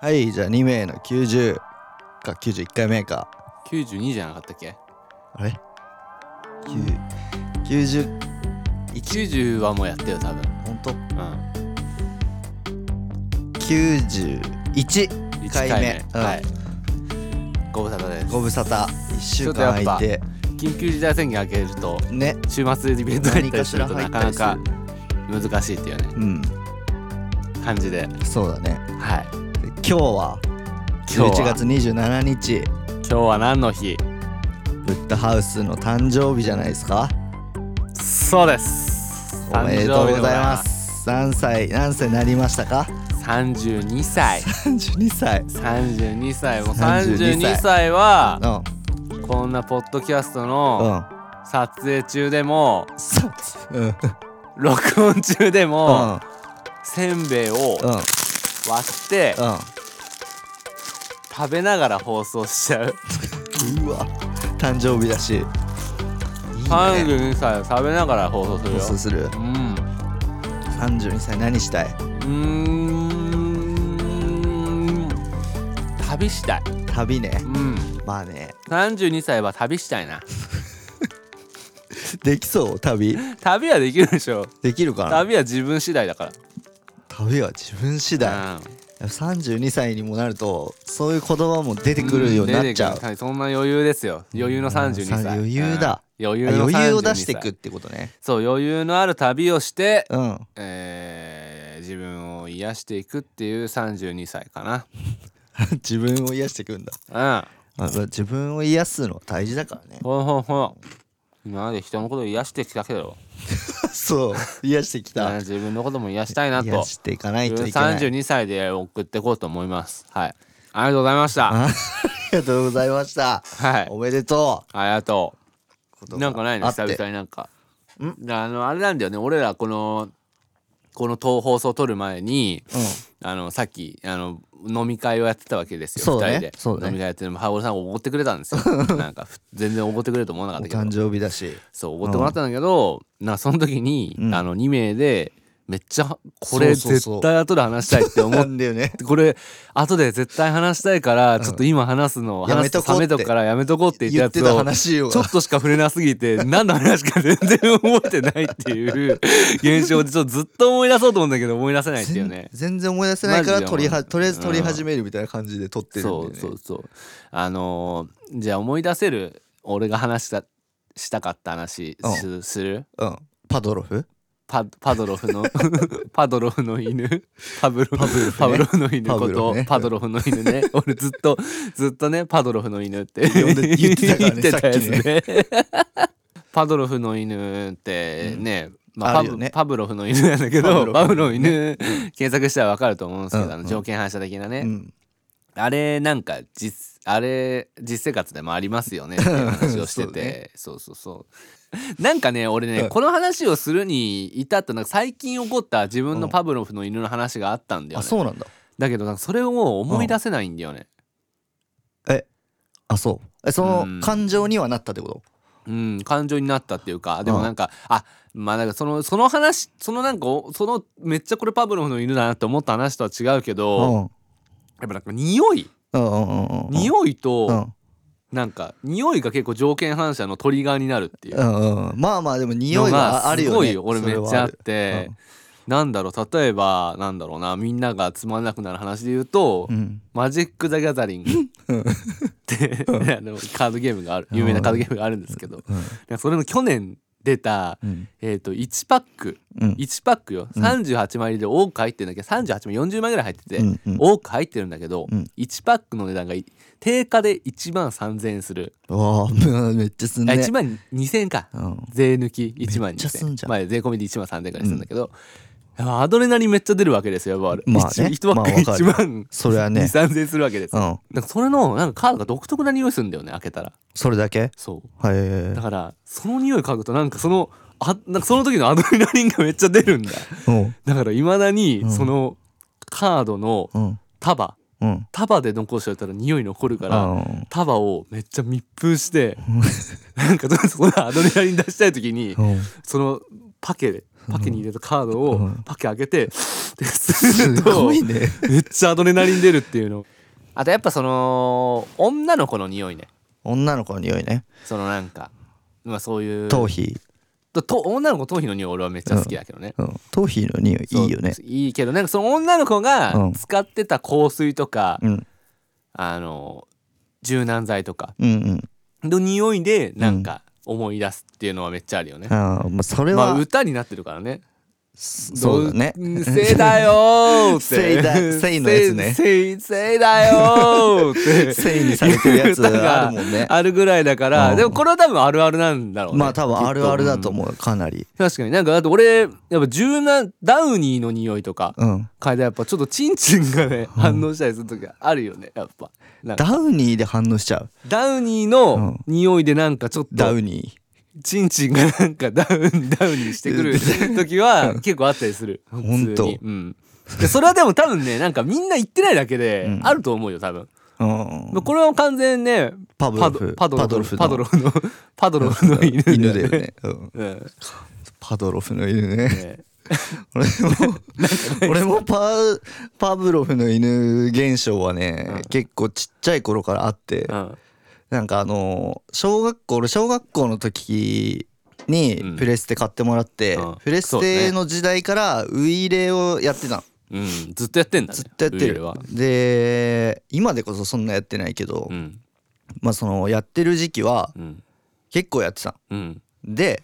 はいじゃあ2名の90か91回目か92じゃなかったっけあれ90 91 ?90 はもうやったよ多分ほんとうん91 1回回目目うんはいご無沙汰ですご無沙汰1週間空いて緊急事態宣言明けるとね週末イベントに行ったりするとな何かなかしらか入難しいっていうねうん感じでそうだねはいで今日は今日11は月27日今日は何の日ブッダハウスの誕生日じゃないですかそうですおめでとうございま誕す何歳何歳になりました か生日でございます32 32歳歳32歳もう32 32歳はうんこんなポッドキャストのうん撮影中でもさうんうん録音中でもうせんべいをんうん割って食べながら放送しちゃううわ誕生日だしいいね32歳を食べながら放送する放よ送するうん32歳何したいうーん旅したい旅ねうんまあね32歳は旅したいな できそう旅旅はできるでしょできるかな旅は自分次第だから旅は自分次第うん32歳にもなるとそういう言葉も出てくるようになっちゃう出てくるはいそんな余裕ですよ余裕の32歳うん余裕だ、うん余裕の32歳余裕を出していくってことねそう余裕のある旅をして、うん えー自分を癒していくっていう32歳か自分を癒していくんだなあ自分を癒すのは大事だからね うんほんほんほん今まで人のことを癒してきたけど、そう癒してきねた自分のことも癒したいな癒としていかないといけない32歳で送っていこうと思いますはいありがとうございましたありがとうございましたはいおめでとありがとううなんかないのあって久々になんかあのあれなんだよね俺らこのこのと放送撮る前にうんあのさっきあの飲み会をやってたわけですよそう二だね人でそうだね飲み会やってるハオルさんがおごってくれたん ですよなんかふ全然おごってくれると思わなかおったけ誕ど生日だしそうおごってもらったんだけど、なんかその時に、うんあの2名でめっちゃこれそうそうそう絶対後で話したいって思なっんだよね てこれ後で絶対話したいからちょっと今話すの、やめ話とすこうってめとくからやめとこうって言言っったてやつたを話をちょっとしか触れなすぎて何の話か全然覚えてないって いう現象でちょっとずっと思い出そうと思うんだけど思い出せないっていうね全。全然思い出せないかマらジで撮りはとりあえずうん撮り始めるみたいな感じで撮ってるんだそようねそうそうあのーじゃあ思い出せる俺が話したしたかった話うんす,、するうんパドロフパパドロフの パドロフの犬パブロフパブロフの犬こパブロとフねパドロフの 犬ね俺ずっとずっとねパドロフの犬って呼んで言ってたからね 言ってたやさっつきね パドロフの犬ってね、まあ、あパるよブねパブロフの犬なんだけどパパブブロロフフの犬の犬検索したら分かると思うんですけど、あうんうのん条件反射的なね、うんあれなんか実あれ実生活でもありますよねっていう話をしててそう,、そうそうなんかね俺ね、うんこの話をするに至ったなんか最近起こった自分のパブロフの犬の話があったんだよあね、そうなんだだけどなんかそれを思い出せないんだよねあそうえそうんの感情にはなったってことうん、感情になったっていうかでうもんなんか、あまあなんかそのその話そのなんかおそのめっちゃこれパブロフの犬だなって思った話とは違うけど、やうんっぱなんか匂いうんうんうんうんうん匂いと、うんなんか匂いが結構条件反射のトリガーになるっていううんうんまあまあでも匂いはあるよねすごい俺それめはっちゃあっるて、なんだろう例えばなんだろうなみんながつまんなくなる話で言うと、うんマジック・ザ・ギャザリングって、あのカードゲームがある有名なカードゲームがあるんですけど、うんでそれの去年出た、うんえー、と1パックうん1パックよ38枚入りで多く入ってるんだけど38枚40枚ぐらい入ってて、うんうん多く入ってるんだけど、うん1パックの値段がい定価で1万3000円する、うわあ めっちゃすんあね1万2000円か、うん税抜き1め万っちゃすんじゃ2000んまあ税込みで1万3000円くらいするんだけど、アドレナリンめっちゃ出るわけですよやっぱまあ ね1まパックあわかる1万それはね2000円するわけです、うんなんかそれのなんかカードが独特な匂いするんだよね開けたらそれだけそうはいだからその匂い嗅ぐとなんかそのあなんかその時のアドレナリンがめっちゃ出るん だうんだからいまだうにんそのカードのうん束うん束で残しといたら匂い残るから、うん束をめっちゃ密封してなんかそのアドレナリン出したい時にうんそのパケでパケに入れたカードをうんパケ開けて、ですするとごいねめっちゃアドレナリン出るっていうのあとやっぱその女の子の匂いね女の子の匂いねそのなんかまあそういう頭皮、とと女の子頭皮の匂い俺はめっちゃ好きだけどね、うん、頭皮の匂いいいよねそういいけどなんかその女の子うがん使ってた香水とか、うんあの柔軟剤とかうんうんの匂いでなんか思い出すっていうのはめっちゃあるよね、ああまあそれまは、あ歌になってるからねそうだねどせいだよーって せいだせいのやつねせいせいだよーって繊維 にされてる やつあるもんねあるぐらいだから、うんでもこれは多分あるあるなんだろうねまあ多分あるあるだときっ思うかなりうん確かになんかだって俺やっぱ柔軟ダウニーの匂いとかうん嗅いだらやっぱちょっとチンチンがね、反応したりする時あるよねやっぱなんかダウニーで反応しちゃうダウニーの匂いでなんかちょっダとウニチンチンがなんかダウンダウンにしてくる時は結構あったりする普通に 本当うん、でそれはでも多分ねなんかみんな言ってないだけでうんあると思うよ多分、ー、うん、これは完全にねパドロフパドパドロフパパドロドロフのパドロ フの犬だよね犬だよね、うん、 うんねパドロフの犬 ねえ俺も俺もパパブロフの犬現象はね、うん結構ちっちゃい頃からあって、うんなんかあの小学校俺小学校の時にうんプレステ買ってもらって、うんプレステの時代からウイイレをやってたのうん、ずっとやってんだねずっとやってウイイレるはで今でこそそんなやってないけど、うんまあそのやってる時期はうん結構やってたのうんで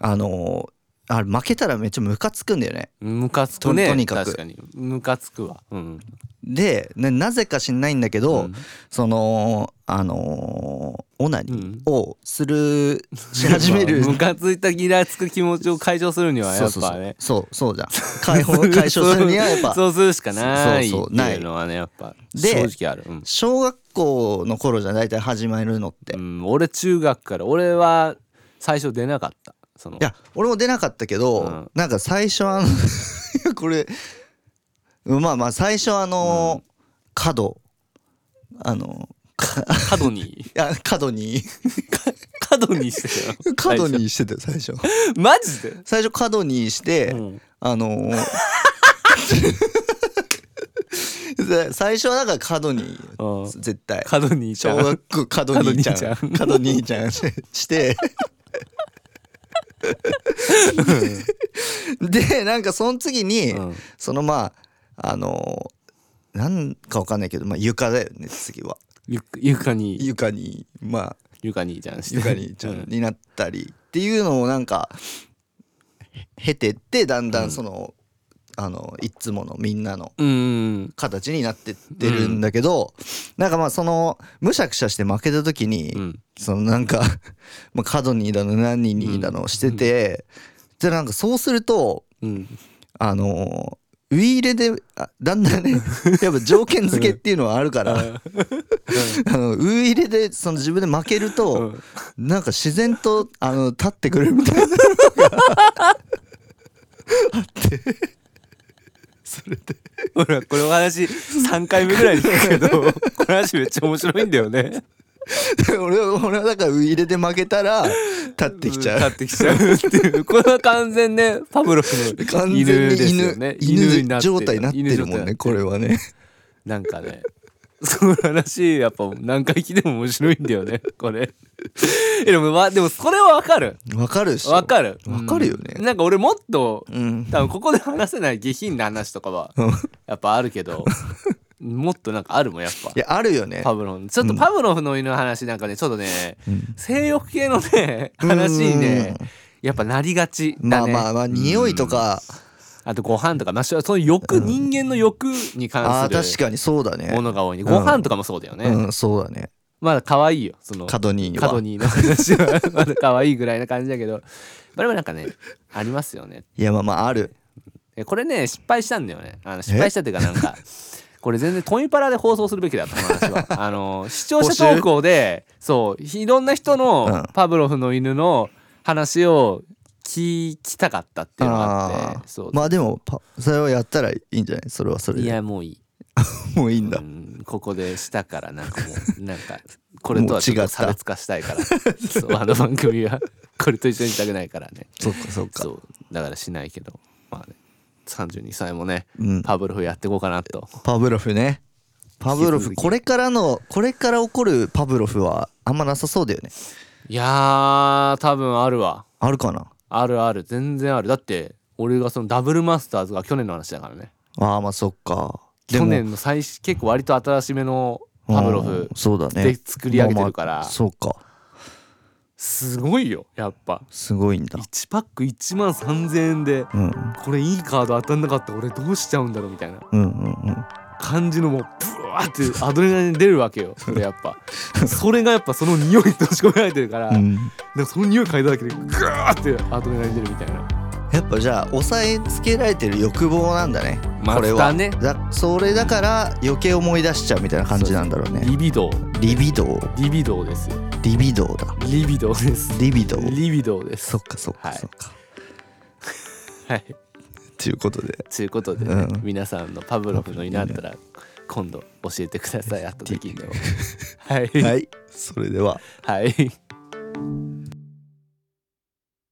あのあれ負けたらめっちゃムカつくんだよねムカつくねととにかく確かにムカつくわうんでななぜか知んないんだけど、うんそのあのオナうニんーをするし始める、まあムカついたギラつく気持ちを解消するにはそやうっそうぱそうねそうそう じゃん解放解消するにはやっぱそうするしかないってそうそうないいうのはねやっぱで正直ある、うん小学校の頃じゃん大体始まるのって、ういん俺中学から俺は最初出なかったそのや俺も出なかったけど、うんなんか最初あの いやこれまあまあ最初あの、角あのか角 にいや角に角にして たよ角にしてたよ最初最初マジで、最初角にして、うんあの ーで最初はなんか角にうん絶対角にいた小学校角兄ちゃん角角兄ちゃんしてでなんかその次に、うんそのまああのーなんかわかんないけど、まあ、床だよね次はゆ床に床にまあ床にいちゃんして床にちゃうんになったりっていうのをなんか経てってだんだんその、あのいつものみんなのうん形になってってるんだけど、なんかまあそのむしゃくしゃして負けた時に、うんそのなんか まあ角にだの何にだのしてて、でなんかそうすると うんあのウィーレであだんだんね やっぱ条件付けっていうのは あるから、あのウイイレでその自分で負けると、なんか自然とあの立ってくるみたいなのがあってそれで俺はこの話3回目ぐらいに聞く けどこの話めっちゃ面白いんだよね 俺は俺はだからウイイレで負けたら立ってきちゃう立ってきちゃうっていうこれは完全ねパブロフの完犬全にですよ犬ね犬状態になってるもん犬状態ねこれはねなんかねその話やっぱ何回聞いても面白いんだよねこれえでもまでもそれはわかるわかるでしょわかるわかるよねうんなんか俺もっとうん多分ここで話せない下品な話とかはうんいやっぱあるけどもっとなんかあるもんやっぱやあるよねパブロフのちょっとパブロフの犬の話なんかねちょっとね、うん性欲系のね話にねやっぱなりがちまだあねまあまあ匂いとかあとご飯とかまあその欲、人間の欲にあー関確するかにそうだねものが多いねご飯とかもそうだよね、うんそうだねまだ可愛いよその角には角にの話は まだ可愛いぐらいな感じだけどあれもなんかねありますよねいやまあまああるえこれね失敗したんだよねあの失敗したっていうかな んかこれ全然トイパラで放送するべきだったこの話はあの視聴者投稿でそういろんな人うんのパブロフの犬の話を聞きたかったっていうのがああってーそう、まあでもパそれをやったらいいんじゃないそれはそれいでやもういい、もういいんうだん、ここでしたからなんかもうなんかこれとはちょっもう違っとた 差別化したいからそうあの番組はこれと一緒にしたくないからねそっかそっかそうだからしないけどまあね32歳もね、うんパブロフやっていこうかなとパブロフねパブロ引き続フきこれからのこれから起こるパブロフはあんまなさそうだよねいやー多分あるわあるかなあるある全然あるだって俺がそのダブルマスターズが去年の話だからねあーまあそっかで去も年の最新結構割と新しめのパブロフうんそうだねで作り上げてるからまあまあそうかすごいよやっぱすごいんだ1パック1万3,000円でうんこれいいカード当たんなかったら俺どうしちゃうんだろうみたいなうんうんうん感じのもうブワーってアドレナリン出る わけよそれやっぱそれがやっぱその匂いに閉じ込められてるから、うんなんかその匂い嗅いだだけでグワーってアドレナリン出るみたいなやっぱじゃあ抑えつけられてる欲望なんだねまこれたはねだそれだから余計思い出しちゃうみたいな感じなんだろうねリビドーリビドーリビドーですよリビドーだリビドーですリビドーリビドーですそっかそっかはいそっかはいということでということで、うん皆さんのパブロフのになったら 今度教えてくださいあった時にでもはいはいそれでははい